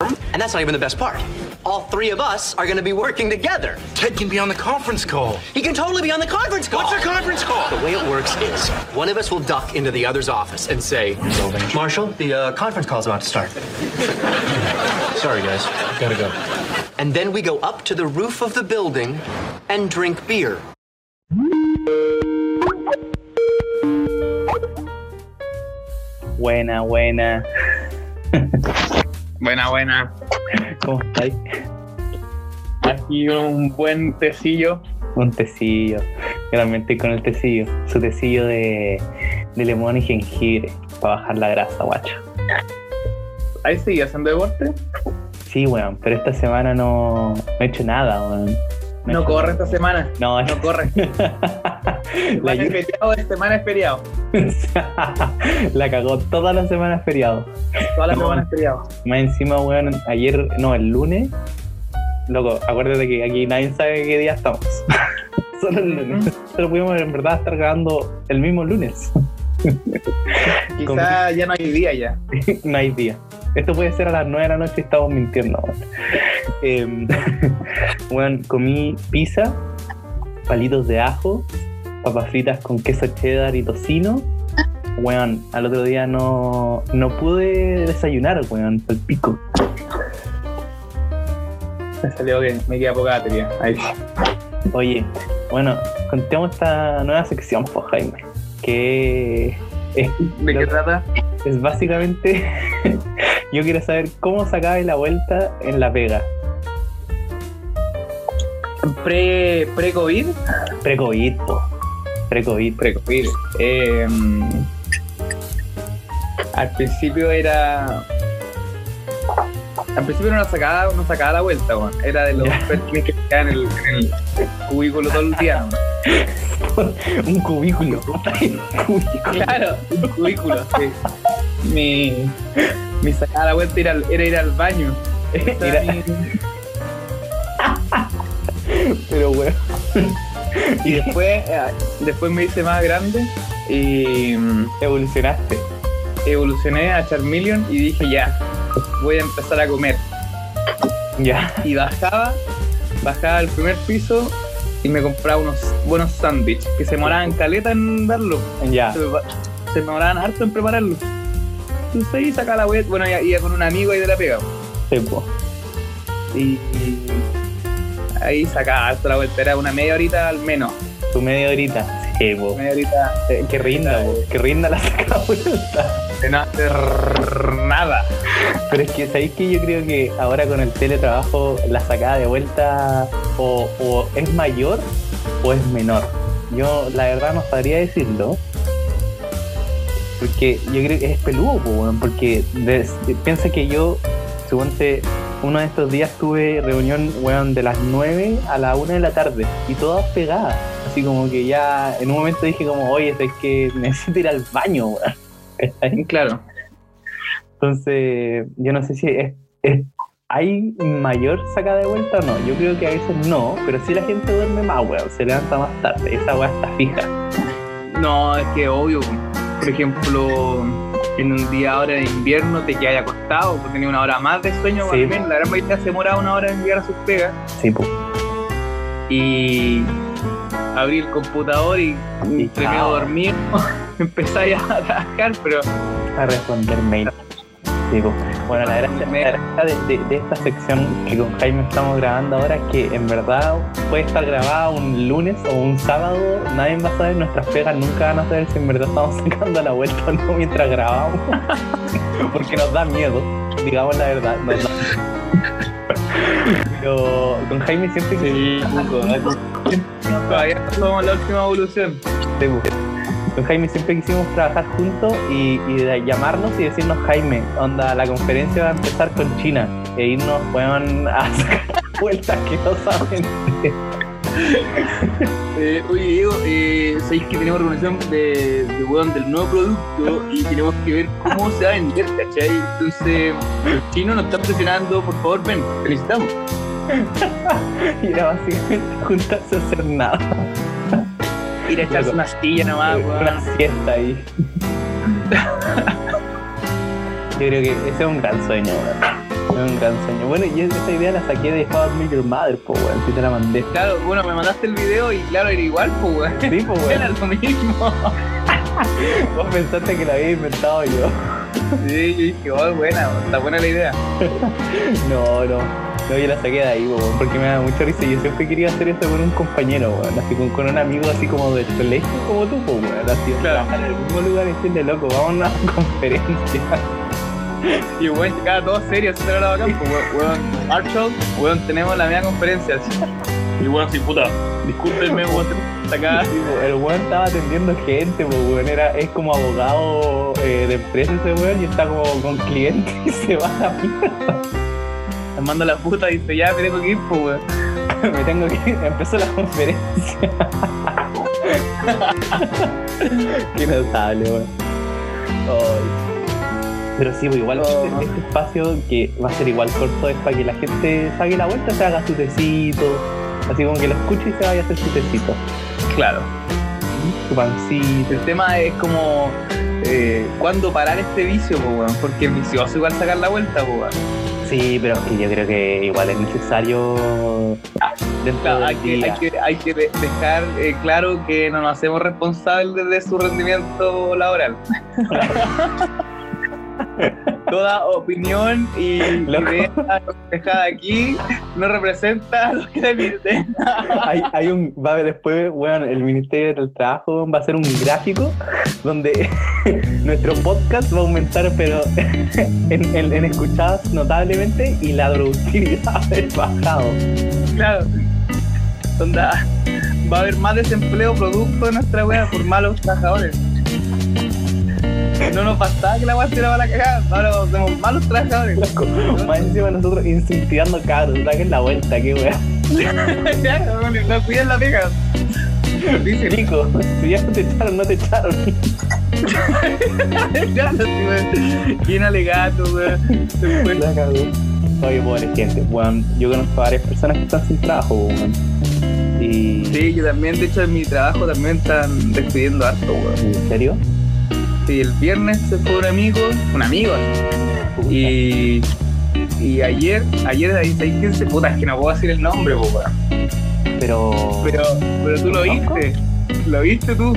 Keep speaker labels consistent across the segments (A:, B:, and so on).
A: And that's not even the best part. All three of us are going to be working together.
B: Ted can be on the conference call.
A: He can totally be on the conference call.
B: What's a conference call?
A: The way it works is one of us will duck into the other's office and say, Marshall, the uh, conference call's about to start.
B: Sorry, guys. Gotta go.
A: And then we go up to the roof of the building and drink beer.
C: Buena, buena.
D: Buena, buena.
C: ¿Cómo estáis?
D: Aquí un buen tecillo.
C: Un tecillo. Realmente con el tecillo. Su tecillo de, de limón y jengibre. Para bajar la grasa, guacho.
D: Ahí sigue haciendo deporte.
C: Sí, weón, pero esta semana no, no he hecho nada, weón. he
D: No
C: hecho
D: corre esta semana.
C: No,
D: No corre.
C: la,
D: Semana es feriado, es semana es feriado.
C: la cagó todas las semanas feriado.
D: Toda la
C: No.
D: semana es feriado.
C: Más encima, weón, ayer, no, el lunes. Loco, acuérdate que aquí nadie sabe qué día estamos. Solo el lunes. Solo pudimos en verdad estar grabando el mismo lunes.
D: Quizá ya no hay día ya.
C: no hay día. Esto puede ser a las 9 de la noche y estamos mintiendo. weón. Em, weón, comí pizza, palitos de ajo, papas fritas con queso cheddar y tocino. Weón, al otro día no, no pude desayunar, weón, el pico.
D: Me salió bien, me queda poca batería. Ahí.
C: Oye, bueno, contemos esta nueva sección, po, Jaime, que es,
D: ¿De qué trata?
C: es básicamente, yo quiero saber cómo sacabas la vuelta en la pega,
D: Pre- ¿Pre-COVID?
C: pre-COVID, po, pre-COVID.
D: Pre-COVID. Eh, mm, al principio era. Al principio no la sacaba, no sacaba la vuelta, weón. Era de los
C: Ya.
D: perfiles que quedaban en el, en el cubículo todo el día, weón.
C: Un cubículo. Un cubículo.
D: Claro, un cubículo, sí. Mi, mi sacada a la vuelta era, era ir al baño. Esa era
C: Era-
D: mi-
C: Pero bueno.
D: y después, eh, después me hice más grande y mm,
C: Evolucionaste.
D: evolucioné a Charmeleon y dije ya, voy a empezar a comer.
C: Ya.
D: Y bajaba, bajaba al primer piso y me compraba unos buenos sándwiches que se moraban caleta en darlo.
C: Ya.
D: se, prepa- se demoraban harto en prepararlo. Entonces ahí sacaba la web, bueno, ya iba con un amigo ahí de la pega.
C: Sí, po.
D: Y ahí sacaba harto la vuelta, era una media horita al menos.
C: Tu media horita. Sí, po.
D: Media horita
C: Eh, Que rinda, po. Que rinda la sacada vuelta.
D: de no hacer nada.
C: Pero es que, ¿sabéis que yo creo que ahora con el teletrabajo la sacada de vuelta o, o es mayor o es menor? Yo la verdad no sabría decirlo. Porque yo creo que es peludo, po, weón, porque des- piensa que yo, suponte, uno de estos días tuve reunión, weón, de las 9 a la 1 de la tarde y todas pegadas. Así como que ya en un momento dije como, oye, es que necesito ir al baño, weón. ¿Cachai?
D: Claro.
C: Entonces, yo no sé si es, es- hay mayor sacada de vuelta o no. Yo creo que a veces no, pero si la gente duerme más, weón, se levanta más tarde. Esa weá está fija.
D: No, es que obvio, por ejemplo, en un día ahora de invierno te quedas acostado, porque tenía una hora más de sueño,
C: Sí.
D: por lo menos. la gran mayoría se demoraba una hora en llegar a sus pegas.
C: Sí, pues.
D: Y abrí el computador y
C: Y
D: entre medio
C: chao.
D: dormir, empezaba ya a trabajar, pero
C: A responder mail. Sí, po. Bueno, la gracia, la gracia de, de- de esta sección que con Jaime estamos grabando ahora es que en verdad puede estar grabada un lunes o un sábado. Nadie va a saber, nuestras pegas nunca van a saber si en verdad estamos sacando la vuelta o no mientras grabamos. Porque nos da miedo, digamos la verdad. nos da- Pero con Jaime siempre que
D: todavía no somos la última evolución.
C: Sí, po. Con Jaime siempre quisimos trabajar juntos y, y de llamarnos y decirnos, Jaime, onda, la conferencia va a empezar con China e irnos, weón, a sacar vueltas que no saben.
D: Eh, oye, Diego, eh, sabéis que tenemos reunión de, de weón del nuevo producto y tenemos que ver cómo se va a vender, ¿cachai? Entonces, los chinos nos están presionando, por favor, ven, te necesitamos.
C: Y era básicamente juntarse a hacer nada.
D: Ir a echarse una silla nomás,
C: una
D: Ah, weón.
C: siesta ahí. Yo creo que ese es un gran sueño, weón. Es un gran sueño. Bueno, y esa idea la saqué de How I Met Your Mother, po, weón. Si te la mandé.
D: Claro, bueno, me mandaste el video y claro, era igual, pues, weón.
C: Sí, po,
D: Era
C: weón.
D: lo mismo.
C: Vos pensaste que la había inventado yo.
D: Sí, yo dije, oh, buena, weón, está buena la idea.
C: No, no. No, yo la saqué de ahí, po, weón, porque me da mucha risa. Yo siempre quería hacer eso con un compañero, weón. Así con, con un amigo así como del colegio, como tú, po, weón. Así,
D: Claro.
C: trabajar en el mismo lugar y decirle, loco, vamos a una conferencia.
D: Y weón, llegaba todo serio, eso era la bacán, pues, weón, weón. Marshall, weón, tenemos la misma conferencia. así. Y weón, sí, puta, discúlpenme, weón, está acá.
C: Sí, po, El weón estaba atendiendo gente, pues weón, era, es como abogado eh, de empresa ese weón y está como con clientes y se va a la mierda.
D: Me mando la puta y dice, ya, me tengo que ir, pues, weón.
C: Me tengo que ir, empezó la conferencia. Qué notable, weón. Ay. Pero sí, pues igual
D: Oh.
C: este, este espacio que va a ser igual corto es para que la gente saque la vuelta, se haga su tecito, así como que lo escuche y se vaya a hacer su tecito,
D: Claro.
C: su pancito.
D: El tema es como, eh, ¿cuándo parar este vicio, pues, weón? Porque es vicioso igual sacar la vuelta, pues, weón.
C: Sí, pero es que yo creo que igual es necesario Ah, dentro
D: Claro,
C: del
D: hay que,
C: día.
D: hay que, hay que de- dejar eh, claro que no nos hacemos responsables de su rendimiento laboral. Toda opinión y
C: Loco.
D: idea dejada aquí no representa lo que se dice.
C: Hay, hay un, va a haber después, bueno, el Ministerio del Trabajo weón, va a hacer un gráfico donde nuestro podcast va a aumentar, pero en, en- en escuchadas notablemente y la productividad va a haber bajado.
D: Claro. Onda, va a haber más desempleo producto de nuestra wea por malos trabajadores. No nos bastaba que la wea se la va a la cagada, ahora somos malos trabajadores.
C: Loco, Más encima nosotros incentivando cabros, saquen la vuelta, qué weá.
D: Ya, no cuiden la pega. Dice,
C: Rico, si ya te echaron, no te echaron.
D: Claro, sí, weón. Bien alegato, weón. Se fue.
C: La cagó. Oye, pobre gente, weón, yo conozco a varias personas que están sin trabajo, weón. Y...
D: Sí, yo también, de hecho, en mi trabajo también están despidiendo harto, weón.
C: ¿En serio?
D: Sí, el viernes se fue un amigo, un amigo, y, y ayer, ayer ahí se dice, puta, es que no puedo decir el nombre, po, weón.
C: Pero...
D: Pero, pero tú lo viste, lo viste tú,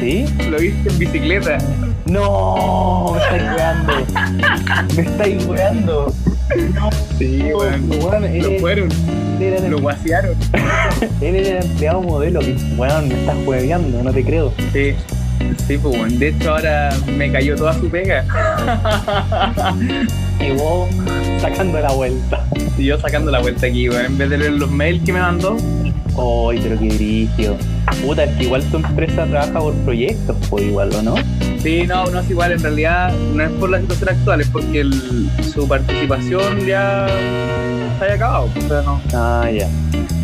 C: ¿Sí?
D: lo viste en bicicleta.
C: No, me estáis weando. Me estáis weando.
D: Sí, weón.
C: Weón, Eh. él,
D: Lo
C: él
D: fueron,
C: era el,
D: lo guasearon.
C: él era el empleado modelo. que- Weón, me estás hueveando, no te creo.
D: Sí, sí, pues, weón. De hecho, ahora me cayó toda su pega.
C: Y vos sacando la vuelta.
D: Y yo sacando la vuelta aquí, weón. En vez de leer los mails que me mandó,
C: Ay, pero qué dirigio. Puta, es que igual tu empresa trabaja por proyectos, pues igual, ¿o no?
D: Sí, no, no es igual, en realidad no es por la situación actual, es porque el- su participación ya se había acabado, o sea, no,
C: Ah, ya.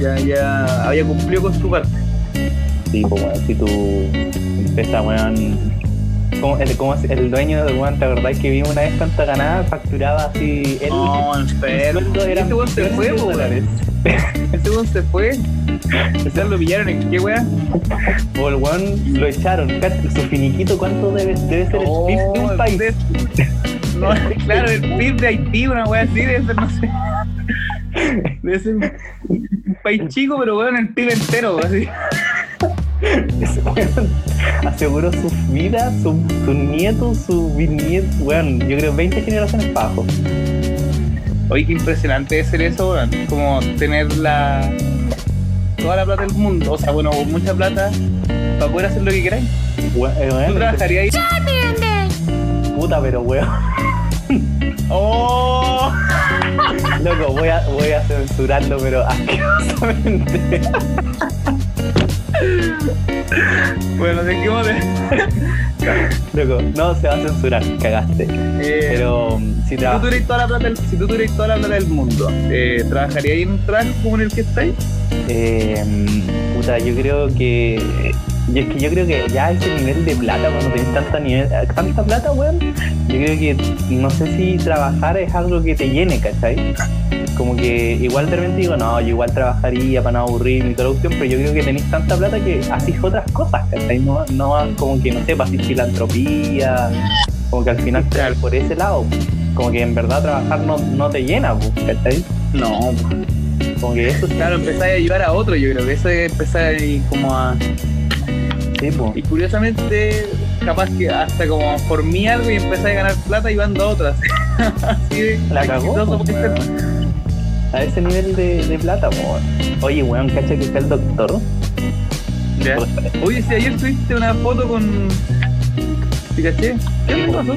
D: ya, ya había cumplido con su parte.
C: Sí, pues weón, si tu empresa, weón. ¿Cómo, el, cómo es- el dueño de weón, ¿te acordás que vimos una vez cuánta ganada? Facturaba así. Él,
D: No, enfermo.
C: era
D: Ese weón se fue, weón. Ese weón se fue. Ese lo pillaron en qué weón.
C: O el weón lo echaron. Cacha, Su finiquito, ¿cuánto debe, debe ser
D: Oh,
C: el PIB de un país?
D: No, claro, el PIB de Haití, una weá así, debe ser, no sé. Debe ser un un país chico, pero weón, el PIB entero, weón, así.
C: Ese weón aseguró su vida, su, su nieto, su bisnieto. Weón, yo creo 20 generaciones para abajo.
D: Oye, qué impresionante es ser eso, weón. Como tener la. toda la plata del mundo. O sea, bueno, mucha plata para poder hacer lo que queráis.
C: Weón, eh,
D: ¿Tú
C: weón,
D: trabajarías ahí?
C: puta, pero weón.
D: ¡Oh!
C: Loco, voy a, voy a censurarlo, pero asquerosamente.
D: Bueno, sé qué modo.
C: Loco, no se va a censurar, cagaste. Pero mm, si
D: eh, Si tú
C: trabajas.
D: tuvieras toda la plata del, si tú tuvieras toda la plata del mundo, eh, ¿trabajarías ahí en un trabajo como en el que estáis?
C: Eh, mm, puta, yo creo que. Yo, es que yo creo que ya ese nivel de plata, cuando tenés tanta, nivel, eh, tanta plata, weón, yo creo que no sé si trabajar es algo que te llene, ¿cachai? Como que igual de repente digo, no, yo igual trabajaría para no aburrirme y toda la cuestión, pero yo creo que tenéis tanta plata que hacís otras cosas, ¿cachai? No, pues, no como que, no sé, pasís filantropía, como que al final te vas por ese lado. como que en verdad trabajar no, no te llena, pues, ¿cachai?
D: No, pues,
C: Como que eso
D: claro, empezar a ayudar a otro, yo creo que eso es empezar ahí como a...
C: sí, pues.
D: Y curiosamente, capaz que hasta como formé algo y empecé a ganar plata y bando a otras. Así de
C: La cagó,
D: exitoso
C: pues,
D: puede ser.
C: A ese nivel de, de plata, po. Oye, weón, cacha que está el doctor.
D: Ya. Oye, si ayer subiste una foto con... ¿Te caché? ¿Qué le pasó?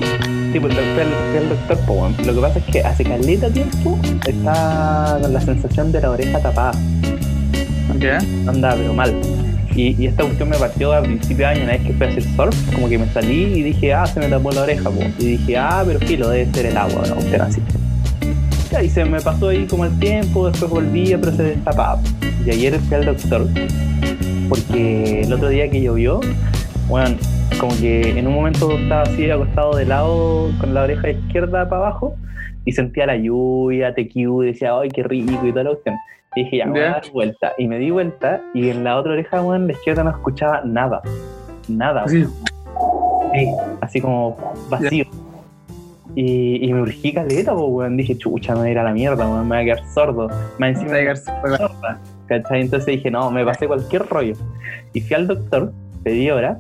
C: Sí, pues fui al, fui al doctor, po, weón. Lo que pasa es que hace caleta tiempo está con la sensación de la oreja tapada.
D: Ya.
C: Anda, pero mal. Y, y esta cuestión me partió a principio de año, una vez que fui a hacer surf, como que me salí y dije, ah, se me tapó la oreja, po. Y dije, ah, pero filo, debe ser el agua, una cuestión así. Ya, Y se me pasó ahí como el tiempo, después volvía, pero se destapaba. Y ayer fui al doctor, porque el otro día que llovió, bueno, como que en un momento estaba así acostado de lado con la oreja izquierda para abajo y sentía la lluvia, tequiú, y decía, ay, qué rico y toda la cuestión. Y dije, ya, me voy a
D: Ya.
C: dar vuelta. Y me di vuelta y en la otra oreja, bueno, la izquierda no escuchaba nada. Nada.
D: Así.
C: Sí, así como vacío. Y, y me urgí caleta, pues, weón. Dije, chucha, me voy a ir a la mierda, weón, me voy a quedar sordo. Más encima
D: Está de garza.
C: sorda, ¿cachai? Entonces dije, no, me pasé cualquier rollo. Y fui al doctor, pedí hora,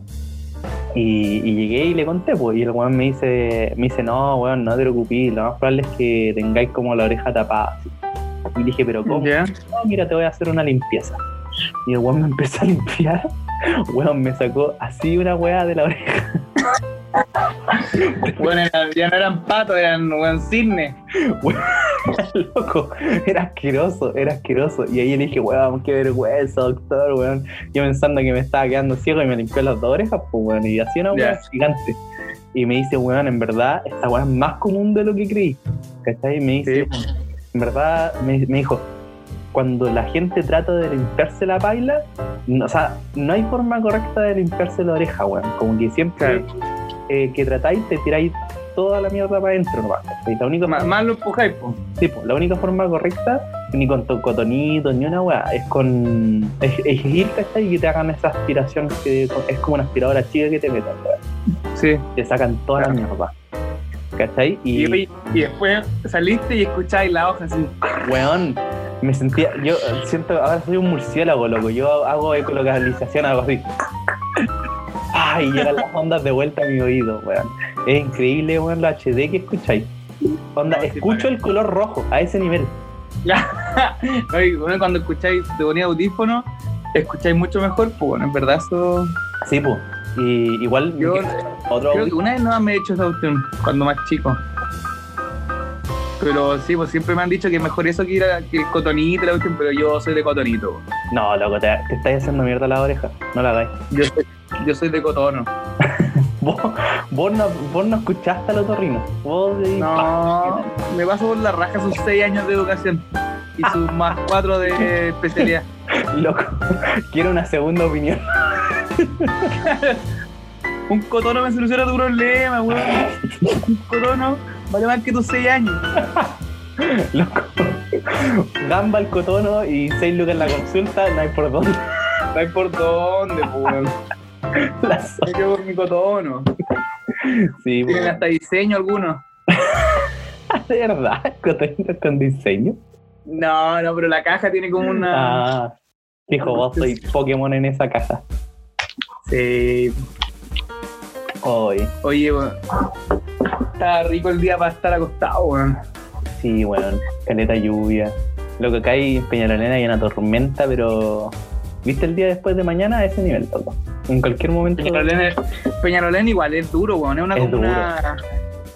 C: y, y llegué y le conté, pues, y el weón me dice, me dice, no, weón, no te preocupes, lo más probable es que tengáis como la oreja tapada. así. Y dije, pero ¿cómo?
D: Ya.
C: no, mira, te voy a hacer una limpieza. Y el weón me empezó a limpiar. Weón, me sacó así una weá de la oreja.
D: Bueno, era- ya no eran patos, eran weón cisne.
C: Loco, era asqueroso, era asqueroso. Y ahí le dije, weón, qué vergüenza, doctor, weón. Yo pensando que me estaba quedando ciego y me limpió las dos orejas, pues, weón. Y hacía una weá
D: Ya.
C: gigante. Y me dice, weón, en verdad, esta weá es más común de lo que creí. ¿Cachai? Y me dice, en verdad, me, me dijo, cuando la gente trata de limpiarse la paila, no- o sea, no hay forma correcta de limpiarse la oreja, weón. Como que siempre eh, que tratáis, te tiráis toda la mierda para adentro, nomás, ¿cachai? La única
D: Ma-
C: forma-
D: Más lo empujáis, po.
C: Sí, po, la única forma correcta, ni con to- cotonitos, ni una weá, es con. Es, es ir, ¿cachai? Y que te hagan esa aspiración que es como una aspiradora chica que te metan, weá.
D: Sí.
C: Te sacan toda la
D: Claro.
C: mierda. ¿cachai?
D: Y,
C: Y,
D: oye, y después saliste y escucháis la hoja así.
C: weón, me sentía. Yo siento. Ahora soy un murciélago, loco. Yo hago ecolocalización, algo así. Ay, llegan las ondas de vuelta a mi oído, weón. Es increíble, weón, lo HD que escucháis. Onda,
D: No, sí,
C: escucho
D: para.
C: el color rojo a ese nivel.
D: Oye, bueno, cuando escucháis, te ponía audífono, escucháis mucho mejor, pues bueno, en verdad eso.
C: Sí, pues. Y igual.
D: Yo
C: otro
D: creo que una vez no me he hecho esa cuestión, cuando más chico. Pero sí, pues siempre me han dicho que es mejor eso que ir a que el cotonito, la cuestión, pero yo soy de cotonito. po.
C: No, loco, te, te estáis haciendo mierda la oreja. No la hagáis.
D: Yo soy, yo soy de cotono.
C: Vos, vos, no, vos no escuchaste al otorrino. Vos de-
D: No, me paso por la raja sus seis años de educación y sus más cuatro de especialidad.
C: Loco, quiero una segunda opinión.
D: Un cotono me soluciona tu problema, weón. Un cotono vale más que tus seis años.
C: Loco. Gamba el cotono y seis lucas en la consulta, no hay por dónde.
D: No hay por dónde, po, weón.
C: La so-
D: Me quedo por mi cotono.
C: sí, po.
D: Tienen hasta diseño algunos.
C: de verdad, cotonito con diseño.
D: No, no, pero la caja tiene como una.
C: Ah, dijo, vos soy Pokémon en esa caja.
D: Sí.
C: Hoy.
D: Oye, weón. Está rico el día para estar acostado, weón.
C: Sí, bueno, caleta lluvia. Lo que cae en Peñalolena hay una tormenta, pero ¿viste el día después de mañana? A ese nivel, loco. En cualquier momento.
D: Peñarolén, es- Peñarolén igual es duro, weón. Es una
C: Es
D: comuna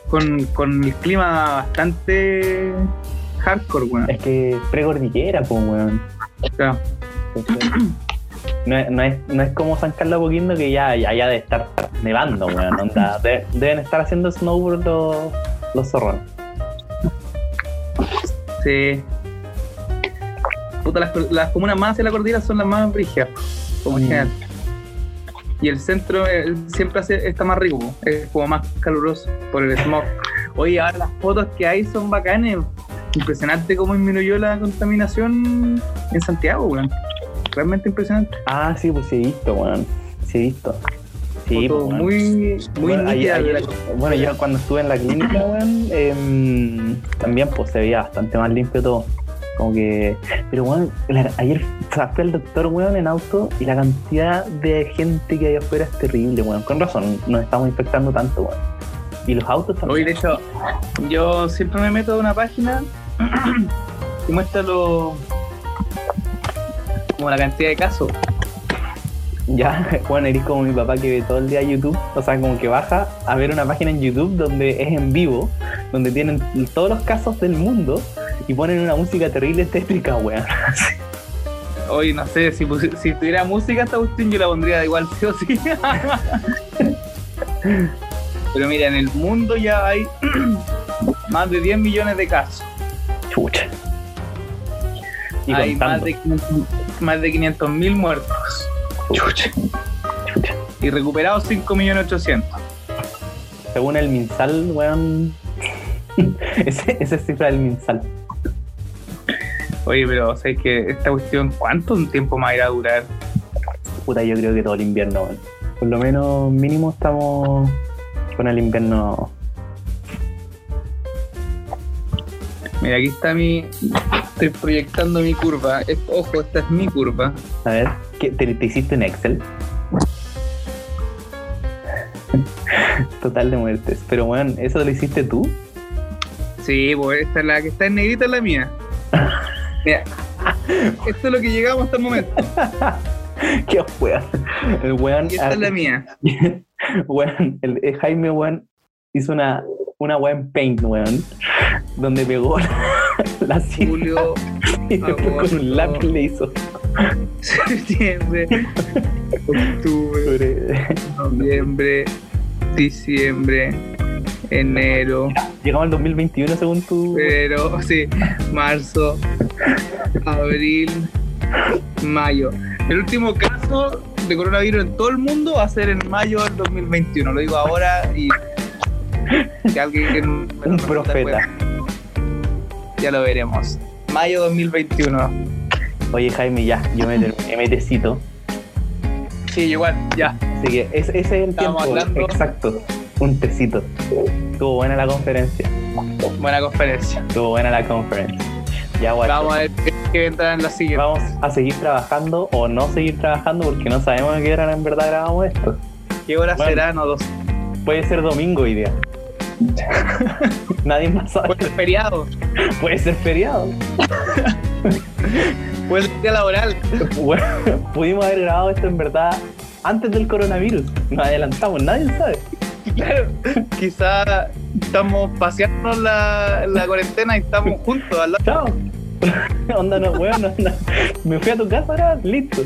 D: con, con el clima bastante hardcore, weón.
C: Es que es precordillera, pues, weón.
D: O sea,
C: No es, no, es, no es como San Carlos Poquindo que ya, ya, ya debe estar nevando, weón. Onda. De- deben estar haciendo snowboard los, los zorrones.
D: sí. Puta, las, las comunas más hacia la cordillera son las más brígidas, como en
C: Mm.
D: general. Y el centro eh, siempre hace, está más rico, po. es como más caluroso por el smog. Oye, ahora las fotos que hay son bacanes. Impresionante cómo disminuyó la contaminación en Santiago, weón. Realmente impresionante.
C: Ah, sí, pues sí he visto, weón. Sí he visto. Sí,
D: foto
C: pues,
D: muy, muy
C: bueno,
D: nítida
C: ayer-
D: de la
C: ayer- bueno, yo cuando estuve en la clínica, weón, em, también pues se veía bastante más limpio todo. Como que. Pero weón, la- ayer o sea, fui al doctor, weón, en auto y la cantidad de gente que hay afuera es terrible, weón. Con razón, nos estamos infectando tanto, weón. Y los autos
D: Oye,
C: también.
D: de hecho, yo siempre me meto a una página que muestra lo, como la cantidad de casos.
C: Ya, bueno, eres como mi papá que ve todo el día YouTube, o sea, como que baja a ver una página en YouTube donde es en vivo, donde tienen todos los casos del mundo y ponen una música terrible tétrica, weón.
D: Hoy no sé, si, pusi- si tuviera música esta cuestión yo la pondría igual sí o sí. Pero mira, en el mundo ya hay más de 10 millones de casos.
C: Chucha. Y
D: hay más
C: contando.
D: de, 500 más de 500 mil muertos
C: Chucha. Chucha.
D: y recuperados 5 millones 800.
C: Según el Minsal, weón. Ese- Esa es cifra del Minsal.
D: Oye, pero ¿sabes que esta cuestión cuánto tiempo más irá a durar?
C: Puta, yo creo que todo el invierno, weón. Por lo menos mínimo estamos con el invierno.
D: Mira, aquí está mi. Estoy proyectando mi curva. Es- Ojo, esta es mi curva.
C: A ver, ¿qué, te, te hiciste en Excel? Total de muertes. Pero weón, ¿eso lo hiciste tú?
D: Sí, pues esta es la que está en negrita, es la mía. Mira, esto es lo que llegamos hasta el momento.
C: Qué weón. El weón.
D: Y esta es la mía.
C: weón, el, el Jaime, weón, hizo una, una weón paint, weón, donde pegó la, la cifra
D: Julio,
C: y
D: ah,
C: después con un
D: agosto.
C: lápiz le hizo
D: septiembre, octubre,
C: sobre-
D: noviembre, diciembre, enero,
C: Llegamos al 2021 según tu...
D: febrero, sí, marzo, abril, mayo. El último caso de coronavirus en todo el mundo va a ser en mayo del 2021. Lo digo ahora y que alguien que no-
C: Un
D: no-
C: profeta.
D: Ya lo veremos. Mayo 2021.
C: Oye, Jaime, ya, yo me terminé mi tecito.
D: Sí, igual, ya.
C: Así que es- ese es el
D: Estábamos
C: tiempo.
D: hablando.
C: Exacto, un tecito. Estuvo buena la conferencia.
D: Buena conferencia.
C: Estuvo buena la conferencia. Ya, guacho.
D: Vamos a ver qué- qué vendrá en la siguiente.
C: Vamos a seguir trabajando o no seguir trabajando porque no sabemos a qué hora en verdad grabamos esto.
D: ¿Qué hora
C: Bueno.
D: será? No lo sé.
C: Puede ser domingo hoy día. Nadie más sabe.
D: Puede ser feriado.
C: Puede ser feriado.
D: Puede ser día laboral.
C: Bueno, pudimos haber grabado esto en verdad antes del coronavirus. Nos adelantamos, nadie sabe.
D: Claro, quizá estamos paseándonos la, la cuarentena y estamos juntos al lado.
C: Chao. onda, no, weón, onda. Me fui a tu casa ahora, listo.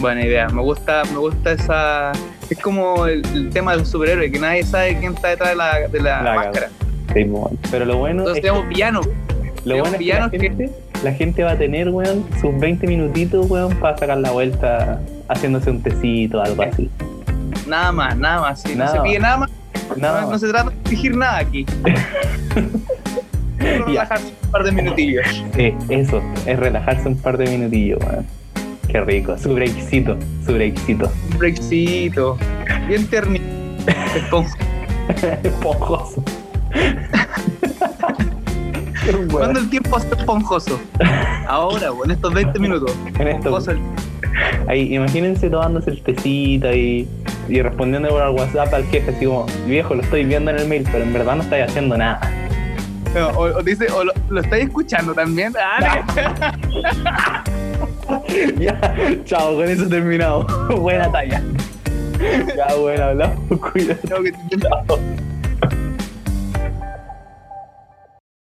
D: Buena idea, me gusta, me gusta esa. Es como el, el tema del superhéroe, que nadie sabe quién está detrás de la, de la
C: La
D: máscara.
C: Sí, weón. Pero lo bueno es
D: pues, Entonces
C: que,
D: tenemos villanos.
C: lo bueno es que la,
D: tenemos villanos
C: gente, la gente va a tener, weón, sus 20 minutitos, weón, para sacar la vuelta haciéndose un tecito o algo así.
D: Nada más, nada más. Si
C: Nada
D: no se pide nada más,
C: Nada
D: no, no
C: más.
D: se trata de exigir nada aquí. Solo
C: Ya.
D: relajarse un par de minutillos.
C: Sí, eso, es relajarse un par de minutillos, weón. Qué rico, su breakcito, su breakcito.
D: Un breakcito. Bien ternito. Esponjoso.
C: Esponjoso. Qué weón.
D: ¿Cuándo el tiempo hace esponjoso? Ahora, en estos 20 minutos.
C: En esto-
D: Esponjoso el
C: Ahí, imagínense tomándose el tecito y, y respondiendo por el WhatsApp al jefe, así como, viejo, lo estoy viendo en el mail, pero en verdad no estáis haciendo nada.
D: No, o, o dice, o lo, lo estáis escuchando también. Ah,
C: ya, chao, con eso terminado. buena talla. Ya, bueno, hablamos, cuidado.
D: no, no, que-